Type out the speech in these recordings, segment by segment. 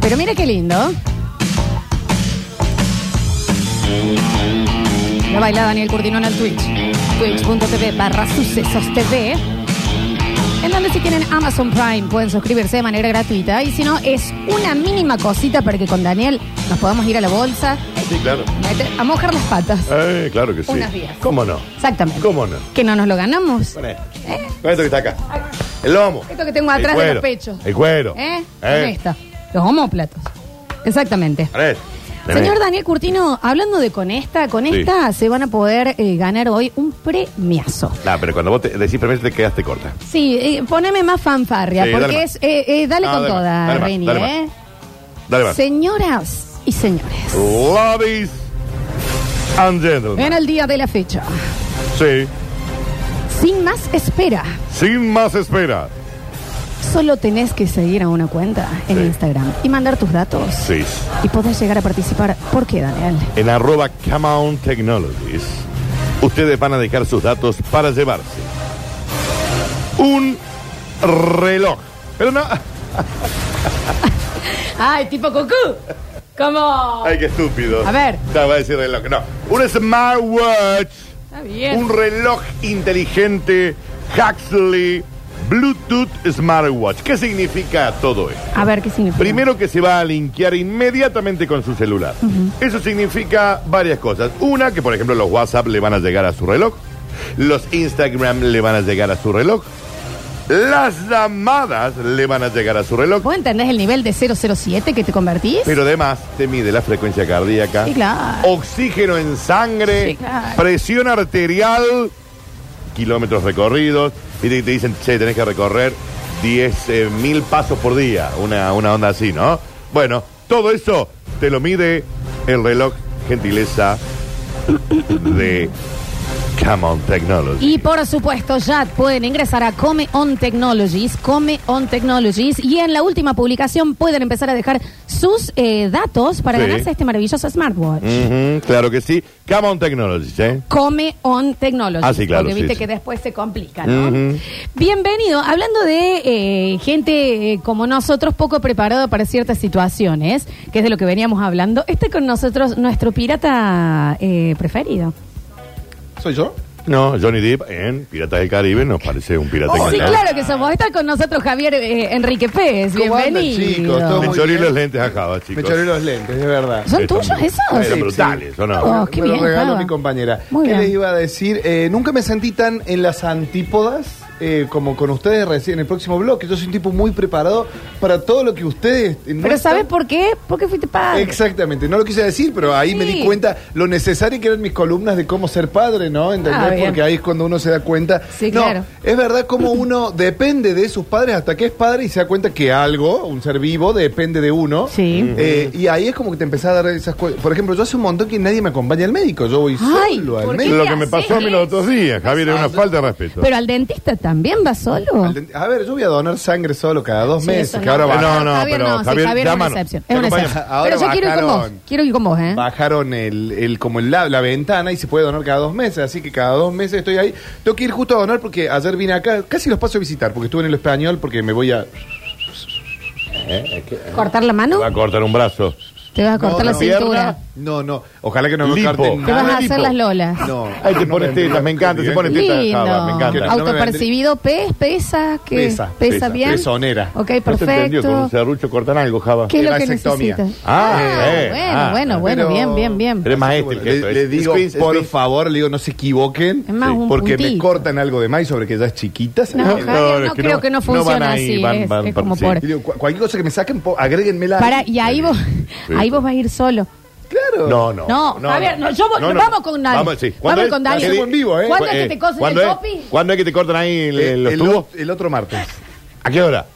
Pero mira qué lindo. Lo baila Daniel Curtino en el Twitch. Twitch.tv barra sucesos TV. En donde si tienen Amazon Prime pueden suscribirse de manera gratuita. Y si no, es una mínima cosita para que con Daniel nos podamos ir a la bolsa, Sí, claro. meter- a mojar las patas. Eh, claro que sí. Unas vías. ¿Cómo no? Exactamente. ¿Cómo no? Que no nos lo ganamos. Con esto. ¿Eh? Con esto que está acá. El lomo. Esto que tengo El atrás de los cuero. pechos. El cuero. ¿Eh? Eh. Con esta. Los homóplatos. Exactamente. Con esto. Señor Daniel Curtino, hablando de con esta, con Sí. esta se van a poder eh, ganar hoy un premiazo. Nah, pero cuando vos te decís permiso te quedaste corta. Sí, eh, poneme más fanfarria, Sí, porque dale más. es. eh, eh, dale No, con dale más, toda, dale más, Rini, dale más. ¿eh? Dale más. Uh, Señoras y señores, Ladies and gentlemen. en el día de la fecha, ¿Eh? Sí. sin más espera, Sin más espera. solo tenés que seguir a una cuenta en Sí. Instagram y mandar tus datos. Sí. Y podés llegar a participar. ¿Por qué, Daniel? En arroba Come On Technologies, ustedes van a dejar sus datos para llevarse un reloj. Pero no. ¡Ay, tipo cucú! ¿Cómo? Ay, qué estúpido. A ver. No, va a decir reloj. No. Un smartwatch. Está bien. Un reloj inteligente Huxley Bluetooth Smartwatch. ¿Qué significa todo esto? A ver, ¿qué significa? Primero que se va a linkear inmediatamente con su celular. Eso significa varias cosas. Una, que por ejemplo los WhatsApp le van a llegar a su reloj. Los Instagram le van a llegar a su reloj. Las llamadas le van a llegar a su reloj. ¿Vos entendés el nivel de 007 que te convertís? Pero además te mide la frecuencia cardíaca, Sí, claro. oxígeno en sangre, Sí, claro. presión arterial, kilómetros recorridos, y te, te dicen, che, tenés que recorrer 10.000 mil pasos por día, una, una onda así, ¿no? Bueno, todo eso te lo mide el reloj gentileza de Come On Technology. Y por supuesto, ya pueden ingresar a Come On Technologies, Come On Technologies, y en la última publicación pueden empezar a dejar sus eh, datos para Sí. Mm. ganarse este maravilloso smartwatch. Ujú, claro que sí, Come On Technology, ¿eh? Come on technology. Ah, sí, claro, Porque viste sí, sí. que después se complica, ¿no? Ujú. Bienvenido. Hablando de eh, gente eh, como nosotros, poco preparado para ciertas situaciones, que es de lo que veníamos hablando, está con nosotros nuestro pirata eh, preferido. ¿Soy yo? No, Johnny Depp en Piratas del Caribe nos parece un pirata Oh, sí, engañado. claro que somos. Está con nosotros Javier eh, Enrique Pérez. ¿Cómo andan, Bienvenido. chicos? ¿Todo Me Muy choré bien. los lentes a Java, chicos. Me choré los lentes, de verdad. ¿Son Están tuyos muy- esos? Eran Sí, brutales, ¿o no? Oh, Me qué lo bien, regaló Java. mi compañera. Muy ¿Qué bien. les iba a decir? Eh, nunca me sentí tan en las antípodas eh, como con ustedes recién en el próximo bloque. Yo soy un tipo muy preparado para todo lo que ustedes... eh, no Pero están- ¿sabes por qué? Porque fuiste padre. Exactamente, no lo quise decir, pero ahí me Sí. di cuenta lo necesario que eran mis columnas de cómo ser padre, ¿no? ¿Entendés? Ah, bien. Porque ahí es cuando uno se da cuenta. Sí, No, claro. Es verdad como uno depende de sus padres hasta que es padre y se da cuenta que algo, un ser vivo, depende de uno. Sí. Eh, y ahí es como que te empezás a dar esas cosas. Por ejemplo, yo hace un montón que nadie me acompaña al médico, yo voy Ay, solo ¿por al qué? médico. Lo que me pasó a mí los otros días, Javier, es una falta de respeto. Pero al dentista también va solo. Al dent- A ver, yo voy a donar sangre solo cada dos Sí, meses, eso que ahora no. baja- No, no, pero sí, Javier, es una llámanos. excepción. Es una Acompáñame. excepción. Ahora Pero yo quiero ir con vos. bajaron. Quiero ir con vos, ¿eh? bajaron el, el- como el la, la ventana y se puede donar cada dos meses, así que cada dos meses estoy ahí. Tengo que ir justo a donar porque ayer vine acá, casi los paso a visitar, porque estuve en el español, porque me voy a... ¿Cortar la mano? Va a cortar un brazo. Te vas a cortar No, la no, pierna. cintura. No, no, ojalá que no me Lipo. corten Te vas nada. a hacer tipo. las lolas. No, Ahí te no pones vendría tetas, me encanta, se pone bien. tetas, Lindo. Java, me encanta. Que no me Autopercibido, pes, pesa, que Pesa, pesa, bien. pesonera. Ok, No se entendió, con perfecto. un serrucho cortan algo, Java. ¿Qué es lo que vasectomía. necesitas? Ah, eh, bueno, ah, bueno, bueno, Pero- bien, bien, bien. Pero es más este el Le, gesto, le es- digo, es- es- por es- favor, le digo, no se equivoquen, Es más, un porque me puntito. cortan algo de más y sobre que ya es chiquita. se No, me- Javier, no, es que creo no- que no no van funciona ahí, así. van- es, van es por- como sí. por. Y digo, cu- cualquier cosa que me saquen, po- agréguenmela. Para, y ahí vos, Sí. ahí vos vas a ir solo. Claro. No, no. No, Javier, no, yo voy- vamos con Dani. Vamos, sí. Vamos ¿Cuándo con es? Dani. ¿Qué di- En vivo, ¿eh? ¿Cuándo es Eh, que te cosen ¿cuándo el es? topi? ¿Cuándo es que te cortan ahí el- Eh, los el, tubos? o- el otro martes. ¿A qué hora?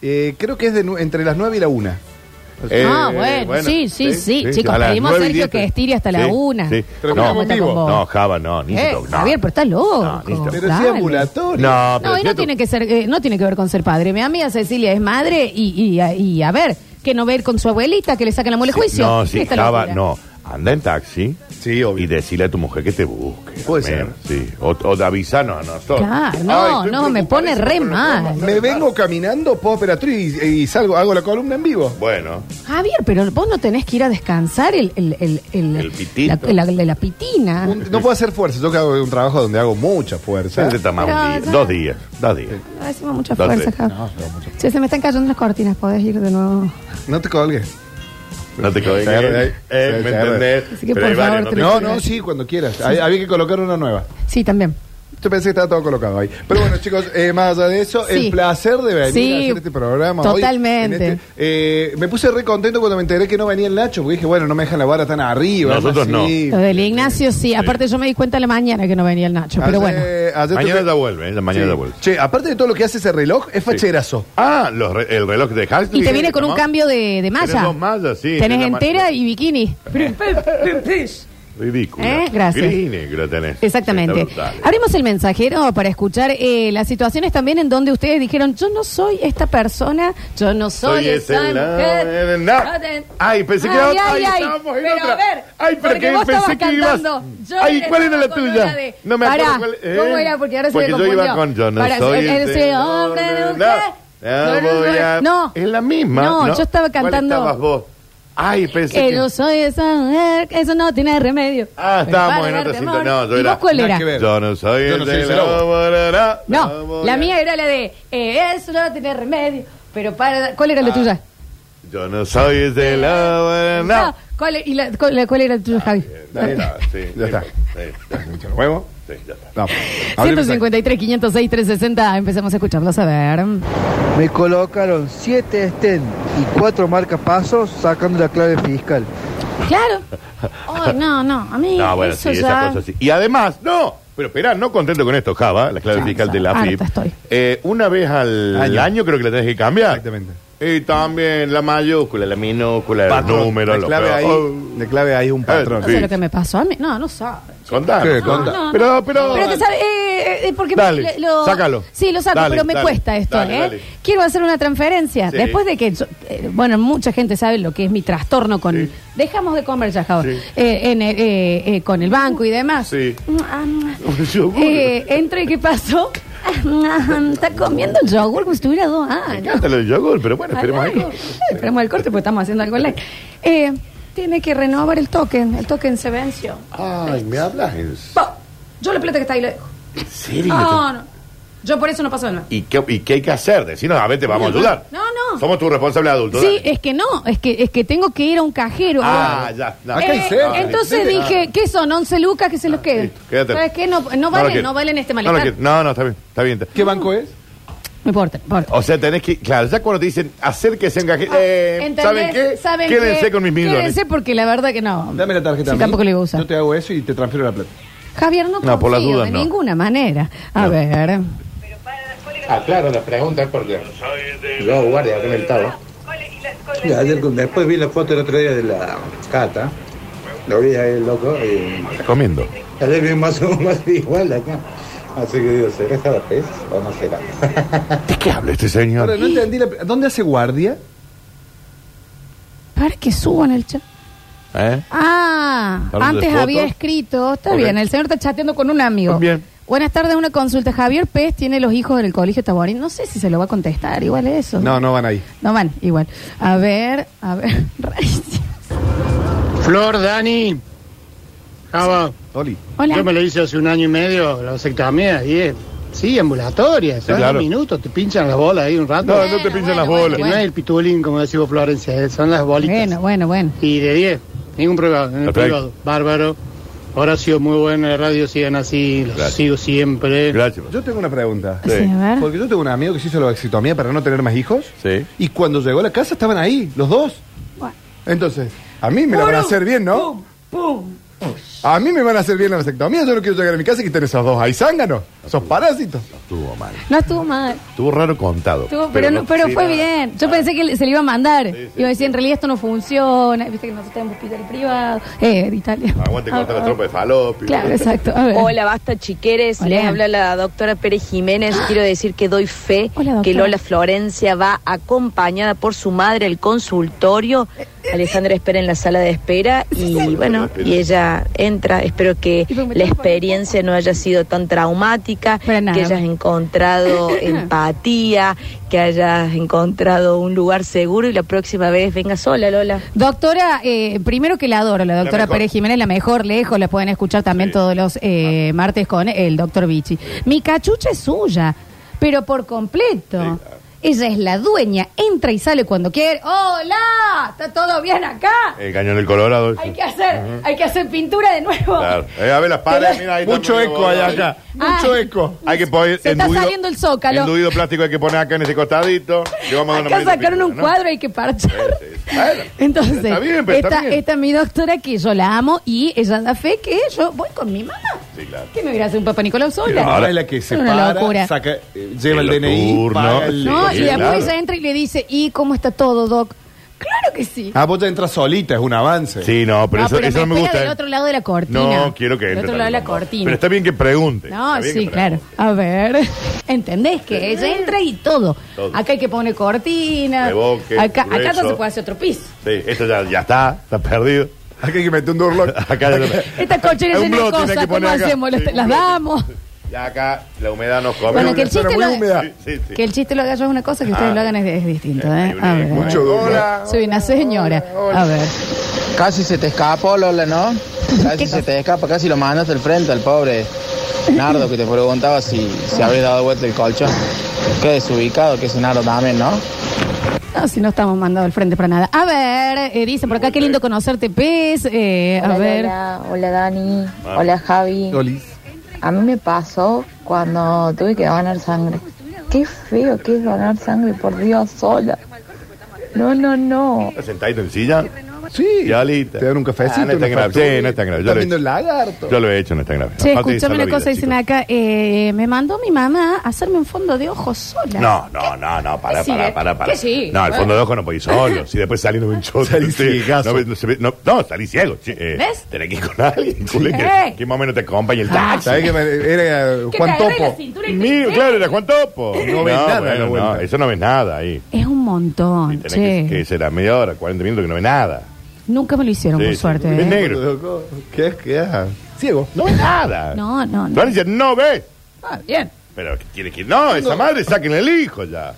Eh, creo que es de nu- entre las 9 y la 1. ah, Eh, bueno, sí, sí, sí. Chicos, a las pedimos a nueve y Sergio diez. que estire hasta la Sí, una. sí. Pero No, estamos vivos. no, Java, no. Ni se Eh, toca, no. Javier, pero estás loco. No, ni se toca. Pero sí Dale. ambulatorio. No, pero No, y no cierto. tiene que ser, eh, no tiene que ver con ser padre. Mi amiga Cecilia es madre y, y, a- y a ver, que no ver con su abuelita, que le saquen la mole Sí, juicio. No, sí, Esta Java, locura. no. Anda en taxi Sí, obvio. y decirle a tu mujer que te busque. Puede al menos, ser. Sí. O, o de avisarnos a nosotros. Claro, no, Ay, estoy no, me pone re preocupadísimo con los mal. problemas. Me vengo caminando postoperatorio y, y salgo, hago la columna en vivo. Bueno, Javier, pero vos no tenés que ir a descansar el, el, el, el- El pitito. La, la- la- la pitina. Un- no puedo hacer fuerza. Yo que hago un trabajo donde hago mucha fuerza. se te toma Pero un día, ya- dos días, dos días. No, Hacemos Ah, mucha Date. fuerza acá. No, no, mucho. Che, se me están cayendo las cortinas, podés ir de nuevo. No te colgues. No te quedes. Cerra, Eh, eh, ¿Me cerra. entendés? Así que, Pero hay por favor, varios, no te- No, no, sí, cuando quieras. Hay- había que colocar una nueva. Sí, también. Yo pensé que estaba todo colocado ahí. Pero bueno, chicos, eh, más allá de eso, Sí. el placer de venir Sí, a hacer este programa. hoy, totalmente. en este- eh, me puse re contento cuando me enteré que no venía el Nacho, porque dije, bueno, no me dejan la vara tan arriba. Nosotros así. no. Lo del Ignacio, sí. Aparte, yo me di cuenta a la mañana que no venía el Nacho, pero Ah, Ayer- bueno. ayer Mañana toqué- ya vuelve, eh, la mañana Sí. ya vuelve. Che, aparte de todo lo que hace ese reloj, es facherazo. Ah, los re- el reloj de Hasbro. Y te viene con un cambio de, de malla. Tenés dos mallas, sí. Tenés Tenés entera la- y bikini. Ridículo. Eh, gracias. Gris negro tenés. Exactamente. Está brutal. Abrimos el mensajero para escuchar eh, las situaciones también en donde ustedes dijeron, yo no soy esta persona, yo no soy, Soy esa ese la- mujer. No. Ay, pensé que era otra. Ay, ay. estábamos en Pero otra. a ver, Ay, pero porque que vos pensé estabas que ibas- cantando, yo Ay, ¿cuál era la estaba con tuya? una de- No me acuerdo Pará, cuál- eh. ¿Cómo era? Porque ahora se Porque me yo iba confundió. con yo no Pará, soy el- el- ese ese hombre hombre, nunca- no, Yo no voy soy- a- No. Es la misma. No, yo estaba cantando- ¿Cuál estabas vos? Ay, pensé Eh, que. yo soy esa mujer, eso no tiene remedio. Ah, Pero estábamos para en otra darte cinta. amor. No, yo ¿Y era- vos cuál Nada era? que ver. Yo no soy Yo no soy ese ese lobo. lobo. No, voy la a- mía era la de eh, eso no tiene remedio. Pero para. ¿Cuál era la tuya? Yo no soy ese lobo. Ah, eh, No. Ah, eh, ¿Cuál, e- y la, cuál, la- cuál era la tuya, Javi? Ya está, sí, Ya está. Sí, ¿Mucho huevo? sí, ya está. No. 153, 506, 360. Empecemos a escucharlos a ver. Me colocaron 7 stent y 4 marcapasos sacando la clave fiscal. Claro. Ay, no, no. A mí. No, bueno, sí, eso esa ya... cosa sí. Y además, no, pero esperá, no contento con esto, Java, la clave Ya, fiscal ya, de la harta FIP. estoy. Eh, una vez al año. Año. creo que la tenés que cambiar. Exactamente. Y también la mayúscula, la minúscula, el Patrón. número, La lo clave peor. ahí, Oh, la clave ahí es un patrón. No Sí. sé lo que me pasó a mí. No, no sabe. contá. ¿Qué? No, Contá. No, no, Pero, no. pero. Pero te sabe, eh, eh, porque me- Dale, le- lo, sácalo. Sí, lo saco, Dale, pero me dale, cuesta esto, dale, ¿eh? dale. Quiero hacer una transferencia. Sí. Después de que, yo- eh, bueno, mucha gente sabe lo que es mi trastorno con... Sí. Dejamos de comer ya, Java. Sí. Eh, en el- eh, eh, con el banco y demás. Sí. Ah, ah. Un yogur. Eh, entro y ¿qué pasó? Ah, Está comiendo el yogur como si tuviera dos Me años. encanta lo del yogur, pero bueno, esperemos Al algo. aire. Esperemos el corte porque estamos haciendo algo online. Eh, tiene que renovar el token. El token se venció. Ay, me hablas en s- Pa, Yo la plata que está ahí la dejo. en serio. Ah, No, no. Yo por eso no pasó nada. ¿Y qué, ¿Y qué hay que hacer? Decinos, a ver, te vamos a No, ayudar. no, no. Somos tu responsable adulto. Sí, dale. es que no, es que es que tengo que ir a un cajero. Ah, ya. no. Acá hay Eh, cerca. entonces Ah. dije, ¿qué son? 11 lucas que se los queden. Ah, Listo, quédate. ¿Sabes qué? No, no lo valen, no, quiero. valen este No lo maletín. quiero. No, no, está bien, está bien. ¿Qué banco es? No importa, no importa. O sea, tenés que. Claro, ya cuando te dicen acérquese en cajero. eh, Ah, ¿Entendés? ¿Saben qué? ¿Saben Quédense qué? con mis mil dólares. Quédense porque la verdad que no. Dame la tarjeta. Sí, a mí. tampoco le iba a usar. Yo te hago eso y te transfiero la plata. Javier, no, No, por las confío dudas, de no. ninguna manera. A ver. Ah, claro, la pregunta es porque yo hago guardia con el tabo. Sí, ayer, con- después vi la foto el otro día de la cata. Lo vi ahí, loco. Y Comiendo. ayer vi más o más igual acá. Así que digo, ¿será esta la pez o no será? ¿De qué habla este Ahora, señor? no entendí. La... ¿Dónde hace guardia? Para que suban el chat. ¿Eh? Ah, ¿Hablan de antes fotos? había escrito. Está Ok. bien, el señor está chateando con un amigo. Bien. Buenas tardes, una consulta. Javier Pérez tiene los hijos en el colegio Taborín. No sé si se lo va a contestar, igual es eso. No, no van ahí. No van, igual. A ver, a ver. raíces. Flor, Dani, Java, Oli. Hola. yo me lo hice hace un año y medio, la vasectomía, y es, sí, ambulatoria, son claro. dos minutos, te pinchan las bolas ahí un rato. No, no te pinchan las bolas. Que no es el pitulín, como decís vos, Florencia, eh, son las bolitas. Bueno, bueno, bueno. Y de 10, ningún problema, en el Perfecto. privado, bárbaro. Horacio, muy buena radio, sigan así, los Gracias. sigo siempre. Gracias. Yo tengo una pregunta. Sí. Sí, a ver. Porque yo tengo un amigo que se hizo la vasectomía para no tener más hijos. Sí. Y cuando llegó a la casa estaban ahí, los dos. Bueno. Entonces, a mí me la van a hacer bien, ¿no? Pum, pum. A mí me van a hacer bien la vasectomía. Yo no quiero llegar a mi casa y quitar esos dos ahí zánganos. Esos parásitos. Estuvo mal. No estuvo mal. Estuvo raro contado. Estuvo- pero no- no- pero sí, fue nada. bien. Yo pensé que se le iba a mandar. sí, Iba a decir, en realidad esto no funciona. Viste que nosotros tenemos hospital privado. Eh, de Italia. Aguante contra la tropa de Falopi. Ah, Claro, exacto. A ver. Hola, basta chiqueres. Hola. Les habla la doctora Pérez Jiménez. Quiero decir que doy fe Hola, doctora. que Lola Florencia va acompañada por su madre al consultorio. Eh, Alejandra espera en la sala de espera y bueno, y ella entra. Espero que Y porque me la tengo que poner experiencia no haya sido tan traumática, Para nada. que hayas encontrado empatía, que hayas encontrado un lugar seguro y la próxima vez venga sola, Lola. Doctora, eh, primero que la adoro, la doctora mejor. Pérez Jiménez, la mejor, lejos, la pueden escuchar también Sí. Ah. todos los eh, martes con el doctor Vichy. Mi cachucha es suya, pero por completo. Sí, claro. Ella es la dueña, entra y sale cuando quiere. ¡Hola! ¿Está todo bien acá? El cañón del Colorado. Hay que hacer, hay que hacer pintura de nuevo. Claro. Eh, a ver las palas, mira ahí está Mucho medio eco hay bordado. acá. Ah. Mucho eco. Hay que poner Se está saliendo el zócalo. Enduido plástico hay que poner acá en ese costadito. Le vamos a dar una Acá manita sacaron un pintura, ¿no? cuadro, hay que parchar. Sí, sí, sí. Bueno, Entonces, está bien, pero esta, está bien. esta es mi doctora que yo la amo y ella da fe que yo voy con mi mamá. Sí, claro. Que me voy a ir a hacer un papá Nicolau sola. Claro. Ahora- es la que se Son una para, locura. saca, eh, lleva el, El DNI, turno. paga el- No, Sí, y después claro. ella entra y le dice, ¿y cómo está todo, Doc? Claro que sí. Ah, vos ya entras solita, es un avance. Sí, no, pero No, eso, pero eso me no me espera gusta. del ¿eh? otro lado de la cortina. No, quiero que Del entre. otro lado de también la con vos. cortina. Pero está bien que pregunte. No, Está bien sí, que claro. pregunte. A ver. ¿Entendés que ella entra y todo? Todo. Acá hay que poner cortina. Revoque, acá, acá grueso. no se puede hacer otro piso. Sí, esto ya, ya está, está perdido. Acá hay que meter un durlock. Acá ya lo- Esta cochera Un llena de bloque tiene cosas, que ¿cómo poner acá. hacemos? Sí, ¿Las, un las bloque. damos? Ya acá la humedad nos come. Bueno, que el una zona chiste muy lo- húmeda. Sí, sí, sí. Que el chiste lo haga yo es una cosa, que ustedes Ah. lo hagan es, es distinto, Eh, ¿eh? hay un A ver. eco. Mucho Hola, Soy una señora. A ver. Casi se te escapó, Lola, ¿no? Casi se te escapa, casi lo mandaste al frente al pobre Nardo que te preguntaba si, si habría dado vuelta el colchón. Qué desubicado que ese Nardo también, ¿no? No, si no estamos mandando al frente para nada. A ver, eh, dice por acá, qué lindo conocerte, Pez. Eh, a Hola, ver. Lola. hola Dani, Ah. hola Javi. Lolis. A mí me pasó cuando tuve que donar sangre. Qué feo que es donar sangre, por Dios, sola. No, no, no. Sentadito en silla. Sí. Y alita. Te dan un cafecito. Ah, no es una tan grave. factura. Sí, no es tan grave. Yo lo Estás he viendo hecho. el lagarto. Yo lo he hecho, no es tan grave. Che, Aparte, escúchame hizo la una cosa, vida, dicen chicos. acá, eh, me mandó mi mamá a hacerme un fondo de ojos sola. No, no, no, no, para, ¿Qué para, sigue? para, para. ¿Qué sigue? No, el fondo de ojo no podís solo. Si después salís no un choto. Salís sí. ciegazo. No, ve- no, se ve- no, no, salís ciego. sí, eh, ¿Ves? Tenés que ir con alguien, culé, Sí. Eh. que, que más o menos te acompañe el taxi. ¿Sabés que me- era eh, Que te Juan agarre la Topo? cintura y te- Mío, claro, era Juan Topo. No ves nada a la bueno, vuelta. no, eso no ves nada ahí. Es un Y montón, tenés che. que, que será media hora, 40 minutos que no ves nada. Nunca me lo hicieron, Sí, por sí. suerte. Es ¿eh? negro. ¿Qué qué? Ah, Ciego. No ves nada. No, no, no. Juan dice, no ves. Ah, bien. Pero que tiene que No, esa madre, saquen el hijo ya.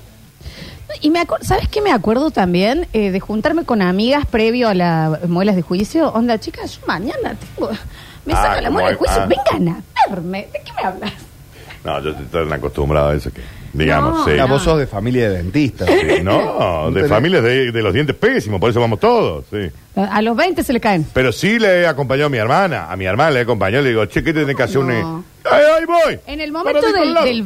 Y me acuer- ¿sabes qué me acuerdo también? Eh, de juntarme con amigas previo a las muelas de juicio. Onda, chicas, yo mañana tengo... Me Ah, saco la como muela de hay- juicio, ah. vengan a verme. ¿De qué me hablas? No, yo estoy tan acostumbrado a eso que. Digamos, No, sí. no. Ah, vos sos de familia de dentistas. Sí, No, de tenés- familias de, de los dientes pésimos, por eso vamos todos, sí. A los 20 se le caen. Pero sí le he acompañado a mi hermana. A mi hermana le he acompañado, le digo, che, ¿qué tenés que hacer? Un... No. ¡Ay, ahí voy! En el momento Paradito al del... lado. del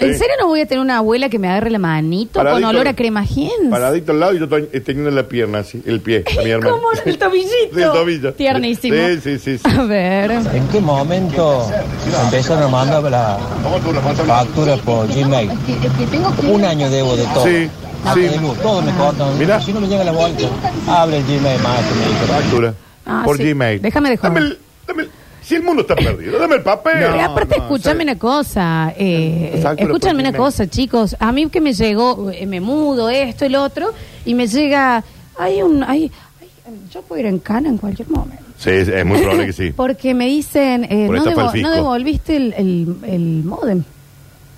Sí. ¿En serio no voy a tener una abuela que me agarre la manito Paradito- con olor a crema Heinz? Paradito al lado y yo to- eh, teniendo la pierna así, el pie, a mi hermana. Como el tobillito. Sí, el tobillo. Tiernísimo. Sí, sí, sí. sí. A ver. ¿En qué momento empezaron a mandar la factura por Gmail? Un año debo de todo. Sí, sí. todo me cortan. Mirá. Si no me llega la bolsa, abre el Gmail, maestro, me dijo. Factura. Ah, por sí. Gmail. Déjame de joder. Dame el- dame el- Si el mundo está perdido, dame el papel. Pero Eh, aparte, no, escúchame una cosa. eh, Exacto, escúchame lo una que cosa, chicos. A mí que me llegó, eh, me mudo, esto, el otro, y me llega. Hay un. Hay, hay- yo puedo ir en cana en cualquier momento. Sí, es, es muy probable que sí. Porque me dicen, eh, Por no, esta fue el devo- fisco. no devolviste el, el, el modem.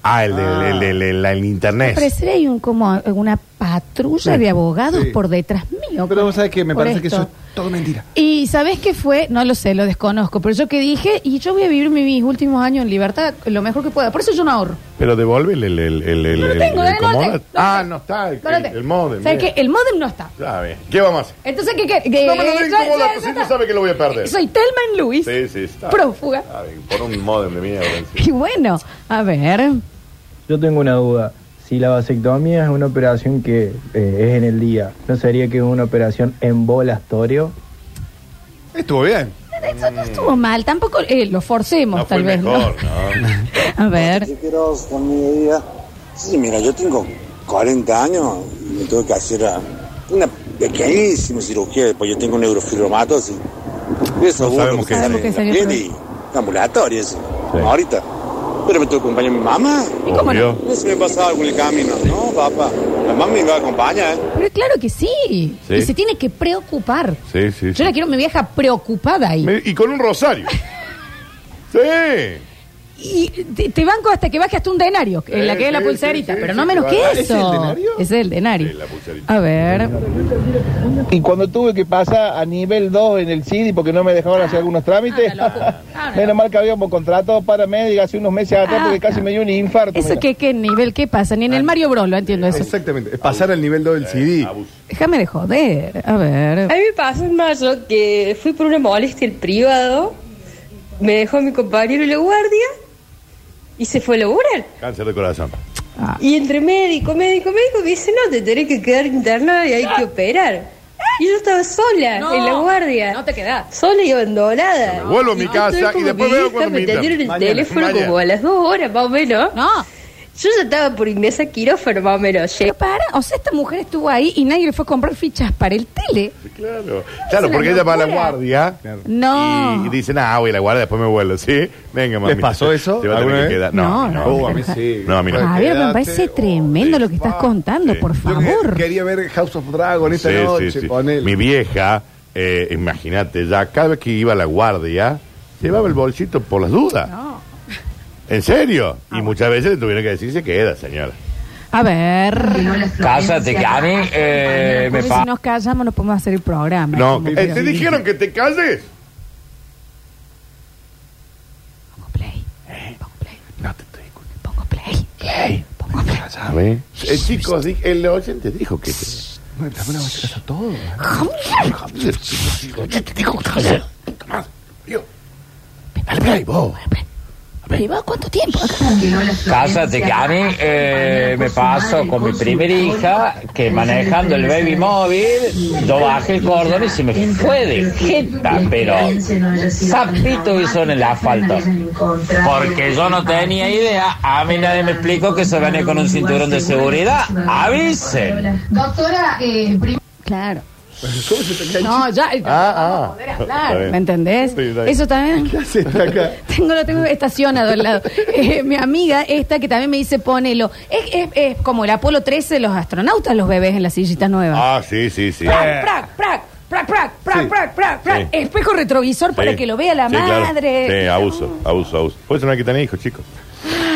Ah, el, del- el, el- el- el internet. Parece hay un, como una patrulla de abogados Sí. por detrás mío. Pero con- vos sabés que me por parece que esto. eso es todo mentira. Y ¿sabés qué fue? No lo sé, lo desconozco, pero yo que dije, y yo voy a vivir mis últimos años en libertad lo mejor que pueda, por eso yo no ahorro. Pero devuelve el, el, el, el, el, No lo tengo, el eh, no lo comodo. tengo. Ah, no está el, No lo el, tengo. el modem. ¿Sabés bien. qué? El modem no está. Está bien. ¿Qué vamos a hacer? Entonces, ¿qué qué- qué- No me lo den yo- como yo- dato, yo- si no sabe que lo voy a perder. Soy Telman Luis, Sí, sí, está. prófuga. Está bien, Por un modem de mierda. sí. Y bueno, a ver, Yo tengo una duda. Si la vasectomía es una operación que eh, es en el día, ¿no sería que es una operación en volastorio? Estuvo bien. Eso no estuvo mal, tampoco eh, lo forcemos, Mm. No fue tal el vez. mejor, ¿no? ¿no? A ver, Quiero con mi vida. Sí, mira, yo tengo 40 años y me tuve que hacer ah, una pequeñísima cirugía, pues yo tengo neurofibromatosis. Y eso No sabemos qué es. Sabemos que qué es en la sería, piel pero- y ambulatorio, eso. Ahorita. Pero me tuvo que acompañar mi mamá. ¿Y cómo no? No se me pasaba algo en el camino. No, papá. La mamá me iba a acompañar, ¿eh? pero claro que sí. Sí. Y se tiene que preocupar. Sí, sí. Yo la quiero mi vieja preocupada ahí. Me- y con un rosario. sí. Y te, te banco hasta que baje hasta un denario, en la que Eh, es la pulserita, pero no menos que eso. ¿Es el denario? A ver. Y cuando tuve que pasar a nivel 2 en el CIDI porque no me dejaron hacer algunos trámites, menos mal que habíamos contratado para médica hace unos meses atrás Ah, porque casi me dio un infarto. ¿Eso qué, qué nivel? ¿Qué pasa? Ni en el Mario Bros lo entiendo eso. Exactamente. Es pasar al nivel 2 Eh, del CD. Déjame de joder. A ver. A mí me pasó en mayo que fui por una molestia el privado, me dejó mi compañero en la guardia y se fue a laburar. Cáncer de corazón. Y entre médico, médico, médico, me dice, no, te tenés que quedar internada y hay que operar. Y yo estaba sola No, en la guardia. No te quedás. Sola y abandonada. me vuelvo a mi Y yo estoy casa y como después que veo hija, cuando me me atendieron el interno. Mañana, teléfono mañana. como a las dos horas más o menos. No. Yo ya estaba por ingresar a quirófano más o menos. Llegué- Para, o sea, esta mujer estuvo ahí y nadie le fue a comprar fichas para el tele. Claro, Es claro una porque ella va a la locura. guardia. No. Y dice, nah, voy a la guardia, después me vuelvo, ¿sí? Venga, mami. ¿Les pasó eso Te va a tener alguna que vez? quedar. No, No, no, no, a mí sí. No, a mí no. A ver, me Quédate, parece tremendo lo que estás contando, por favor. Quería ver House of Dragon esta Sí, sí, noche sí. con él. Mi vieja, eh, imagínate, ya cada vez que iba a la guardia, llevaba el bolsito por las dudas. ¿En serio? Ah, Y muchas veces le tuvieron que decir, se queda, señora. A ver. Cásate, que a mí, eh, me Porque pa- si nos callamos no podemos hacer el programa. No, Como eh, que- ¿te dijeron que te calles? Eh, ¿Sabe? Eh, chicos, di- el oyente dijo que... te- todo. Dale play, vos. ¿Lleva cuánto tiempo acá? Cásate que a mí eh, me pasó con mi primera hija que manejando el baby móvil yo bajé el cordón y se me fue de jeta, Ah, pero zapito hizo en el asfalto. Porque yo no tenía idea, a mí nadie me explicó que se venía con un cinturón de seguridad. ¡Avisen! Doctora, Claro. ¿Cómo se te No, ya. Ah, ah. Claro, ¿me entendés? Sí, está bien. Eso también. ¿Qué haces acá? Tengo, lo tengo estacionado al lado. Eh, mi amiga, esta que también me dice, ponelo. Es, es, es como el Apolo 13, los astronautas, los bebés en las sillitas nuevas. Ah, sí, sí, sí. Prac, prac, prac, prac, prac, prac, prac, prac, prac. Sí. Espejo retrovisor para Sí. que lo vea la Sí, claro. madre. Sí, abuso, abuso, abuso. Por eso no hay que tener hijos, chicos.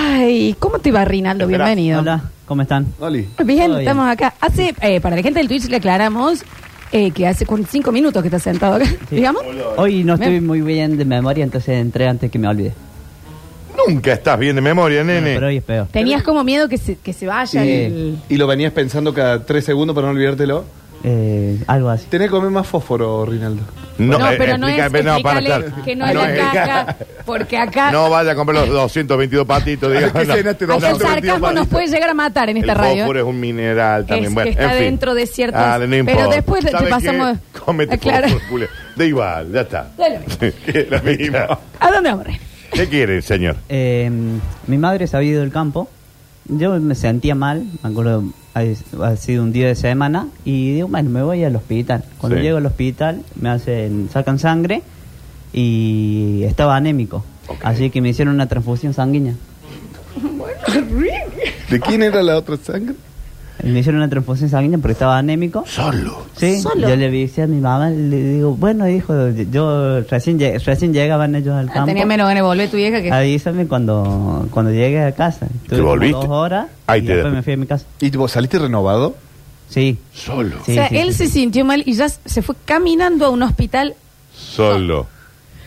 Ay, ¿cómo te va, Rinaldo? Bienvenido. Hola, ¿cómo están? Bien, Todo bien. estamos acá. Hace, eh, para la gente del Twitch le aclaramos eh, que hace cu- cinco minutos que estás sentado acá, digamos. Hoy no estoy Bien. muy bien de memoria, entonces entré antes que me olvide. Nunca estás bien de memoria, nene. pero hoy es peor. Tenías como miedo que se, que se vaya el... ¿Y lo venías pensando cada tres segundos para no olvidártelo? Eh, algo así. Tenés que comer más fósforo, Rinaldo. No, No, eh, pero no es, explícame, no, para, explícale claro. que no es No la es- caja, porque acá, No vaya a comprar los 222 patitos, diga. ¿Qué no. cenaste, acá el sarcasmo nos puede llegar a matar en El esta radio. ¿eh? fósforo es un mineral también. Es bueno, que está en fin. dentro de ciertos- Ah, no pero importa. después le- te ¿Sabes pasamos- qué? Cómete Aclara. fósforo, culo. Da igual, ya está. Da lo mismo. Que la misma. ¿A dónde vamos, Ren? ¿Qué quiere el señor? Eh, mi madre se había ido del campo. Yo me sentía mal, me acuerdo, ha, ha sido un día de semana. Y digo, bueno, me voy al hospital. Cuando Sí. llego al hospital, me hacen, sacan sangre y estaba anémico. Así que me hicieron una transfusión sanguínea. ¿De quién era la otra sangre? Me hicieron una transfusión sanguínea porque estaba anémico. Solo. Sí, Solo. yo le dije a mi mamá, le digo, bueno, hijo, yo recién, lle- recién llegaban ellos al campo. Ah, Tenía menos ganas de volver tu vieja que... Avísame cuando, cuando llegue a casa. Estuve como volviste? Dos horas Ahí y te después dejo. me fui a mi casa. ¿Y vos saliste renovado? Sí. Solo. o sea, él se sintió mal y ya se fue caminando a un hospital. Solo.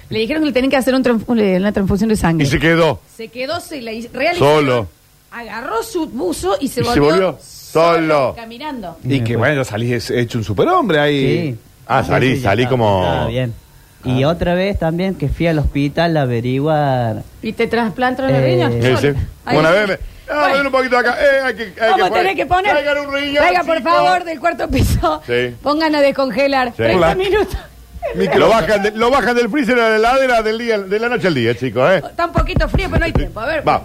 Le dijeron que le tenían que hacer un transf- una transfusión de sangre. Y se quedó. Se quedó, se la hizo- realizó. Solo. Agarró su buzo y se Y volvió, se volvió. Solo. caminando. Y que bueno, salís hecho un superhombre ahí. Sí. Ah, Sí, salí, sí, salí está- como. Ah. está bien. Y otra vez también que fui al hospital a averiguar. Y te trasplantaron los Eh, riñones. sí, Solo. sí. Ahí. Una vez me. Ah, ven un poquito acá. Eh, hay que, hay Vamos a que tener que poner. Traigan un riñón, Traigan, por chicos. favor, del cuarto piso. Sí. Pongan a descongelar. Sí. 30 Hola. minutos. Lo bajan, de- lo bajan del freezer a la heladera del día, de la noche al día, chicos, ¿eh? Está un poquito frío, pero no hay tiempo. A ver. Va.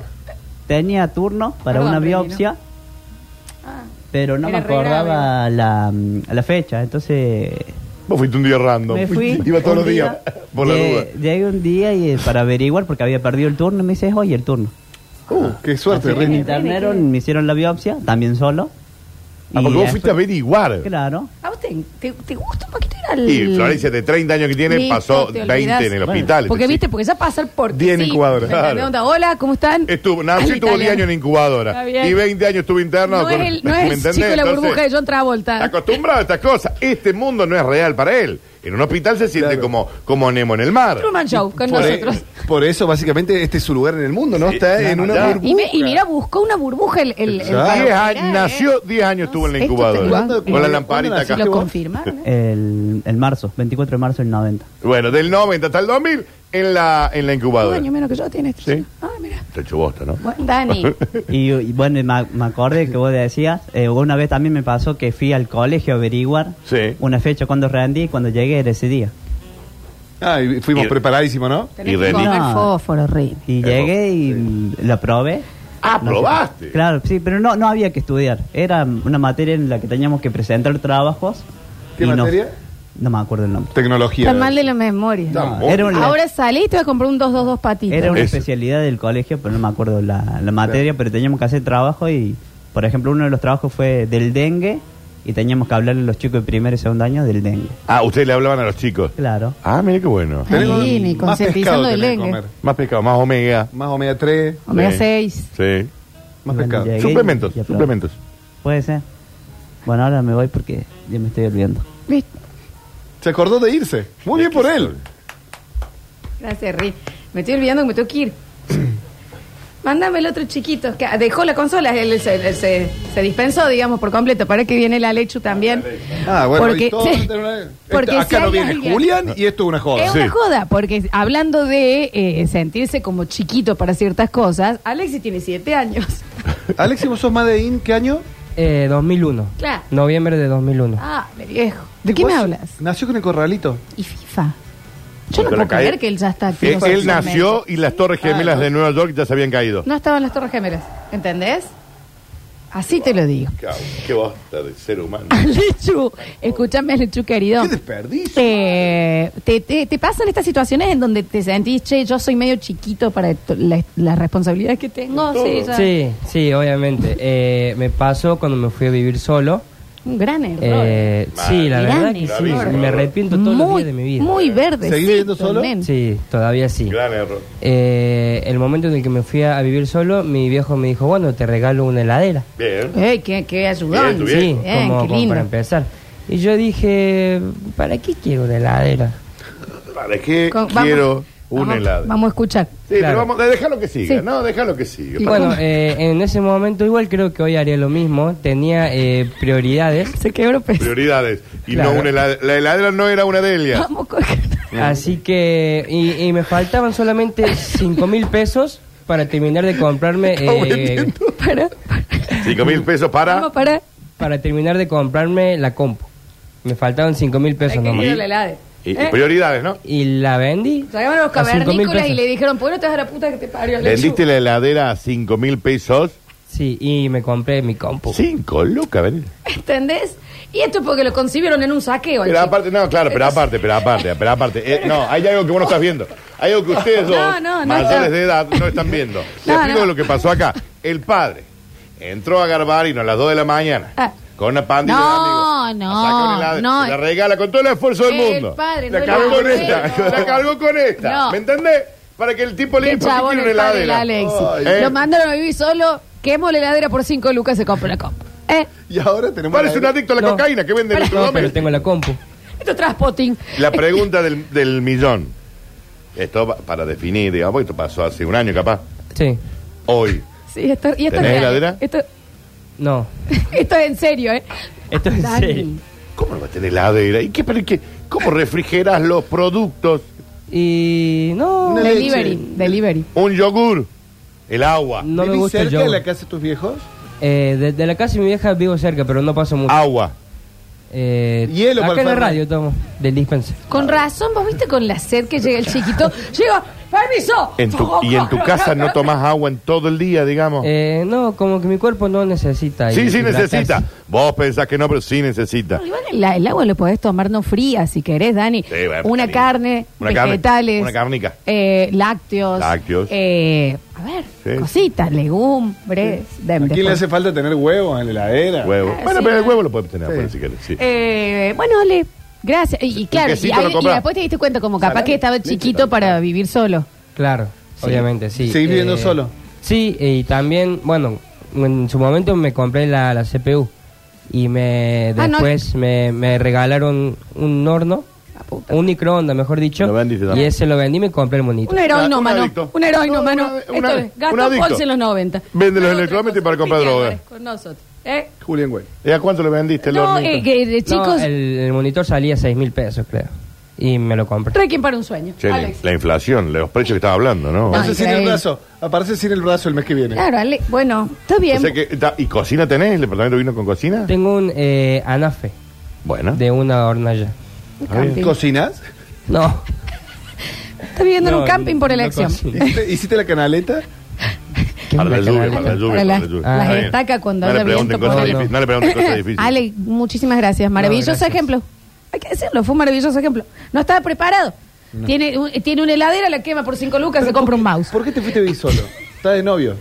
Tenía turno para Perdón, una Remino. biopsia, pero no me Era re acordaba la, mm, la fecha, entonces... Vos fuiste un día random. Me fui Iba todos un los días. día, Por la lle- duda. Llegué un día y, eh, para averiguar, porque había perdido el turno, y me dice, es hoy el turno. Uh, qué suerte, Así que me Reni. internaron, me hicieron la biopsia, también solo. Ah, y porque vos después- fuiste a averiguar. Claro. ¿A usted te, te gusta un poquito ir al.? Y Florencia, de 30 años que tiene, Listo, pasó te 20 en el olvidás. hospital. Porque viste, porque ya pasar por. Diez en sí, ¿me incubadora. entendés? Claro. Onda, Hola, ¿cómo están? Estuvo, Al nació y tuvo 10 italiano. años en incubadora. Está bien. Y 20 años estuvo interno. No es con- el, no ¿me es el entendés? chico de la Entonces, burbuja de John Travolta. Está acostumbrado a estas cosas. Este mundo no es real para él. En un hospital se siente como, como Nemo en el mar. Truman Show con Por, e- nosotros. por eso, básicamente, este es su lugar en el mundo, ¿no? Está en una ya. burbuja. Y, me- y mira, buscó una burbuja el. el, el Diez años- Mirá, eh. nació 10 años estuvo en la esto incubadora. te lo- Con la lamparita acá. Lo confirmaron. ¿eh? El, el marzo, 24 de marzo del 90. Bueno, del 90 hasta el 2000 en la, en la Un incubadora. año menos que yo tiene este. Sí. Ah, mira. Te echó bosta, ¿no? Bueno, Dani. Y, y bueno, y me, me acordé que vos decías, eh, una vez también me pasó que fui al colegio a averiguar Sí. una fecha cuando rendí y cuando llegué era ese día. Ah, y fuimos preparadísimos, ¿no? Tenés que comer No. fósforo, Rini. Y llegué y mm, la probé. Ah, No sé. Este, probaste. Claro, sí, pero no, no había que estudiar. Era una materia en la que teníamos que presentar trabajos. ¿Qué y no- materia? No, me acuerdo el nombre. Tecnología. Está mal de la memoria. No, era una, Ahora salí y te voy a comprar un 222 patito. era una Eso. especialidad del colegio, pero no me acuerdo la, la materia, pero teníamos que hacer trabajo y, por ejemplo, uno de los trabajos fue del dengue y teníamos que hablarle a los chicos de primer y segundo año del dengue. Ah, ustedes le hablaban a los chicos. Claro. Ah, mira qué bueno. Sí, ni concientizando del dengue. Más pescado, más omega. Más omega 3. Omega Sí. 6. Sí. Más Cuando pescado. llegué Suplementos, y- y aprobé. suplementos. Puede ser. Bueno, ahora me voy porque ya me estoy olvidando. ¿Viste? Se acordó de irse. Muy bien por él. Gracias, Rini. Me estoy olvidando que me tengo que ir. Mándame el otro chiquito. Que dejó la consola. Él, se, él se- se dispensó, digamos, por completo. Para que viene la Lechu también. Ah, bueno, Porque- y todo- sí. Porque si Este, Acá no hay viene alguien- Julián y esto es una joda. Es una joda, porque hablando de eh, sentirse como chiquito para ciertas cosas, Alexis tiene siete años. Alexi, ¿vos sos Madein qué año? Eh, 2001. Claro. Noviembre de 2001. Ah, de viejo. ¿De qué me ¿Vos hablas? Nació con el corralito. ¿Y FIFA? Yo no Pero puedo cae- creer que él ya está Eh, activo él sexualmente. nació y las Torres Gemelas de Nueva York ya se habían caído. No estaban las Torres Gemelas, ¿entendés? Así te lo digo. Ah, Qué bosta de ser humano. Alechu, escúchame, Alechu querido. Qué desperdicio. Eh, te, te- te pasan estas situaciones en donde te sentís, che, yo soy medio chiquito para to- la- las responsabilidades que tengo. Sí, ya. Sí, sí, obviamente. Eh, me pasó cuando me fui a vivir solo. Un gran error. Eh, sí, la Grande verdad que sí. error. Me arrepiento todos los muy, días de mi vida. muy verde. sí, totalmente. Sí, todavía sí. Gran error. Eh, el momento en el que me fui a, a vivir solo, mi viejo me dijo, bueno, te regalo una heladera. Bien. Ey, qué, qué ayudón. Sí, Bien, Eh, como, qué como para lindo. empezar. Y yo dije, ¿para qué quiero una heladera? ¿Para qué Con- vamos- Eh, quiero un vamos- helado? Vamos a escuchar. sí, pero vamos, déjalo que siga, Sí. ¿no? Déjalo que siga. Y bueno, eh, en ese momento igual creo que hoy haría lo mismo. Tenía eh, prioridades. Se quebró Prioridades. Y Claro. no una helad- La heladera no era una Delia. Vamos con... Así que, y, y me faltaban solamente 5 mil pesos para terminar de comprarme... eh, Cinco mil pesos para. para? Para terminar de comprarme la compu. Me faltaban 5 mil pesos nomás. Querido la helade. Y, y prioridades, ¿no? Y la vendí. Llegaron Eh, los A cinco mil cavernícolas y pesos. le dijeron, ¿por qué no te vas a la puta que te parió? Lechu?" Vendiste la heladera a cinco mil pesos. Sí, y me compré mi compu. Cinco, loca, ven. ¿Entendés? Y esto es porque lo concibieron en un saqueo. al Pero chico. aparte, no, claro, pero aparte, pero aparte, pero aparte. eh, no, hay algo que vos no estás viendo. Hay algo que ustedes No, dos, no, no, mayores no. de edad, no están viendo. Te No, explico no. lo que pasó acá. El padre entró a Garbarino a las 2 de la mañana Ah. con una pandilla No, de amigos. no, Saca una helada, no. se La regala con todo el esfuerzo del El mundo. padre, la no cargó el con abuelo. esta. La cargó con esta. No. ¿Me entendés? Para que el tipo le Qué diga, chabón ¿por qué quiere el una padre de heladera? Alexis. Ay. Lo Eh, mandaron a vivir solo, quemó la heladera por 5 lucas, se compró la compu. ¿Eh? Y ahora tenemos. Parece un adicto a la cocaína que vende el otro No, hombre. pero tengo la compu. Esto es transpotting. La pregunta del, del millón. Esto pa- para definir, digamos, porque esto pasó hace un año capaz. Sí. Hoy. Sí, esto, y esto es ¿Tenés real. ¿eh? heladera? Esto, No. esto es en serio, ¿eh? Esto es Dani. ¿Cómo no va a tener heladera? ¿Y qué, pero qué, ¿Cómo refrigeras los productos? Y no. Delivery, delivery. Un yogur, el agua. No me gusta el cerca de yogur. la casa de tus viejos? Eh, de, de la casa de mi vieja vivo cerca, pero no paso mucho. Agua. Eh, Ah. Hielo acá para en la Fernet. radio tomo, del dispenser. Con razón, vos viste con la sed que llega el chiquito. Llega, permiso. En tu- y en tu casa no tomás agua en todo el día, Oh. digamos. Eh, no, como que mi cuerpo no necesita. sí, sí hidratarse. necesita. Vos pensás que no, pero sí necesita. Igual el, el agua lo podés tomar no fría si querés, Dani. Sí, bueno, una cariño. carne, Una carne, vegetales, una carnica. eh, lácteos, Lácteos. eh, a ver, Sí. cositas, legumbres. de- ¿A quién le después. hace falta tener huevos en la heladera? Huevo. Ah, bueno, sí. pero el huevo lo puedes tener afuera si quieres. Sí. Eh, bueno, Ale, gracias. Y, y claro, y, quesito ahí- lo y compras. después te diste cuenta como capaz que estaba chiquito para vivir solo. Claro, obviamente, sí. ¿Seguís viviendo Eh, solo? Sí, y también, bueno, en su momento me compré la, la CPU y me Ah, no. después me, me regalaron un horno, un microondas, mejor dicho, y ese lo vendí y me compré el monito. Un heroíno, mano. Un heroíno, mano. un Esto es, adicto. Un Gastón adicto. Pols en los 90. Vende los electrométricos para comprar Piña, droga. Con nosotros. ¿Eh? Julián, güey. ¿Y a cuánto le vendiste el No, hornito? eh, que, eh, chicos, No, el, el monitor salía 6 mil pesos, creo, y me lo compré. Requiem para un sueño. Che, la, Alex. la inflación, los precios que estaba hablando, ¿no? No, Aparece sin el increíble. Ah, brazo. Aparece sin el brazo el mes que viene. Claro, Ale, bueno, está bien. O sea que, ta- ¿Y cocina tenés? ¿El departamento vino con cocina? Tengo un eh, anafe Bueno. de una hornalla. Ah, bien. ¿Cocinas? No. Está viviendo en No, un camping por no elección. consigo. ¿Hiciste, hiciste la canaleta? Para la lluvia, para la lluvia, Para la- para la Ah, lluvia. las Está bien. estaca cuando no le haya viento. pregunten cosas por- difíciles. No le pregunten cosas difíciles. Ale, muchísimas gracias. Maravilloso No, gracias. ejemplo. Hay que decirlo, fue un maravilloso ejemplo. No estaba preparado. Tiene, un- eh, tiene una heladera, la quema por cinco lucas, se compra un mouse. ¿Por qué te fuiste a vivir solo? Estás de novio.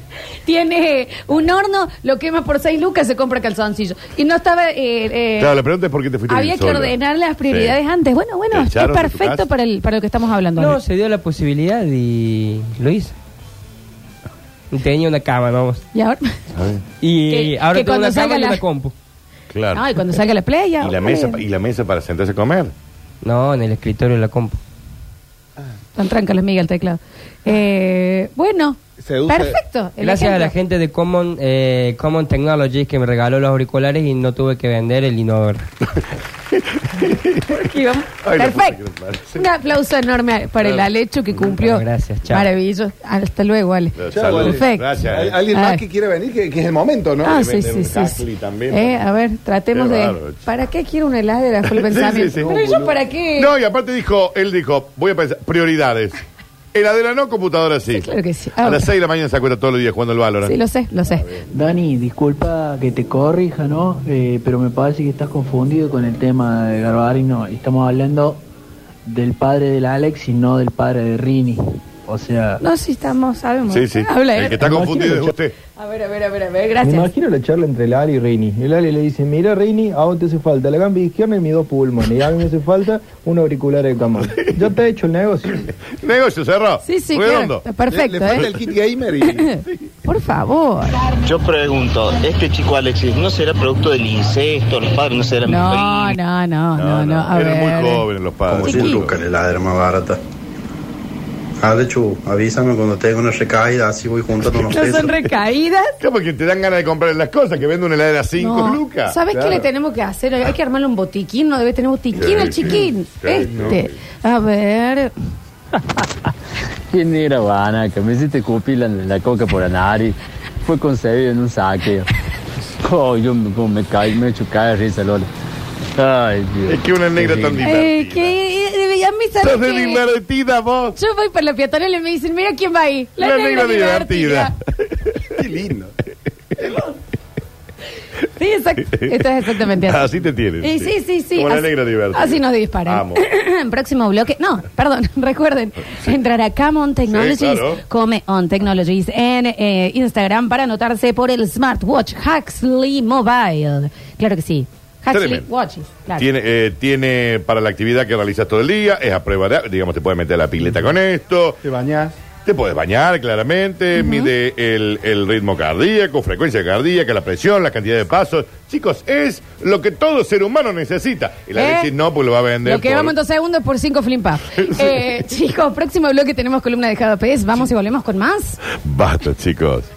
Tiene eh, un horno, lo quema por seis lucas, se compra calzoncillo. Y no estaba... eh, eh, Claro, la pregunta es por qué te fuiste había vivir que solo. ordenar las prioridades Sí. antes. Bueno, bueno, ¿Te es echaron de tu perfecto casa? para, el, para lo que estamos hablando. No, se dio la posibilidad y lo hice. Tenía una cama, vamos. Y ahora... A ver, Y Que- ahora que tengo cuando una salga cama y la- una compu. Claro. No, y cuando salga la playa... y, la mesa, y la mesa para sentarse a comer. No, en el escritorio de la compu. Tan tranca los Miguel teclado. Eh, bueno, Seduce. perfecto. el Gracias a la ejemplo. gente de Common, eh, Common Technologies que me regaló los auriculares y no tuve que vender el inodoro. Y vamos- Ay, la puta Perfecto. que lo parió. Un aplauso enorme para el Claro. Alecho que cumplió. Bueno, gracias, chao. Maravilloso. Hasta luego, Ale. Chao, Ale. Perfecto. ¿Al- ¿Alguien más Ay. que quiera venir? Que, que es el momento, ¿no? Ah, Le sí, venden sí, un sí. Cacli sí. también. Eh, a ver, tratemos Qué de. raro, che. ¿Para qué quiero una heladera? Fue el Sí, pensamiento. sí, sí. Pero yo, ¿para qué? No, y aparte dijo, él dijo, voy a pensar, prioridades. Heladera no, computadora sí. Claro que sí. A Ahora. las 6 de la mañana se acuerda todos los días cuando el Valorant. Sí, lo sé, lo Ah, sé. Dani, disculpa que te corrija, ¿no? Eh, pero me parece que estás confundido con el tema de Garbarino. Estamos hablando del padre del Alex y no del padre de Rini. O sea... No, si estamos, sabemos. Sí, sí. Habla él. El que está confundido es usted. A ver, a ver, a ver, a ver, Me gracias. imagino la charla entre el Ali y Rini. El Ali le dice, mira Rini, a vos te hace falta la gamba izquierda y mis dos pulmones. Y a mí me hace falta un auricular de cama. Ya te he hecho el negocio. Negocio cerrado. Sí, sí, claro. Redondo. Está perfecto. Le- le falta ¿eh? el Kit Gamer Por favor. Yo pregunto, ¿este chico Alexis no será producto del incesto? ¿Los padres no serán No, no, no, no, Ah, no. A ver. jóvenes los padres. Como Como 100 chiquito. lucas la heladera más barata. Alechu, avísame cuando tenga una recaída, así voy juntando unos No pesos. son recaídas. ¿Qué? Porque te dan ganas de comprar las cosas, que vende una heladera 5 No. lucas. ¿Sabes Claro. qué le tenemos que hacer? Hay que armarle un botiquín, no debe tener botiquín Sí, el sí. chiquín. Sí, este. A ver. ¿Quién era Guanaca? Me hiciste cupir la, la coca por la nariz. Fue concebido en un saqueo. Oh, yo me, como me caí, me he hecho caer de risa, Lola. Ay, Dios. Es que una negra tan Eh, que eh, a mí sabes Sos de que- divertida vos. Yo voy para la peatonal y me dicen, mira quién va ahí. La, negra, divertida. Qué lindo. Sí, exacto. Esto es exactamente así. Así te tienen. Y sí, sí, sí. Como la así- negra divertida. Así nos disparan. Vamos. Próximo bloque. No, perdón, recuerden. Entrar a Come On Technologies, Sí, claro. Come On Technologies en eh, Instagram para anotarse por el smartwatch Huxley Mobile. Claro que sí. Huxley Tremendo. Watches. Claro. Tiene, eh, tiene para la actividad que realizas todo el día, es a prueba de, digamos, te puedes meter a la pileta con esto. Te bañás. Te puedes bañar, claramente, mide el, el ritmo cardíaco, frecuencia cardíaca, la presión, la cantidad de pasos. Chicos, es lo que todo ser humano necesita. Y la ¿Eh? decís, no, pues lo va a vender. Lo que por- vamos en dos segundos por cinco flimpa. Eh, chicos, próximo bloque tenemos columna de JPS. Vamos y volvemos con más. Basta, chicos.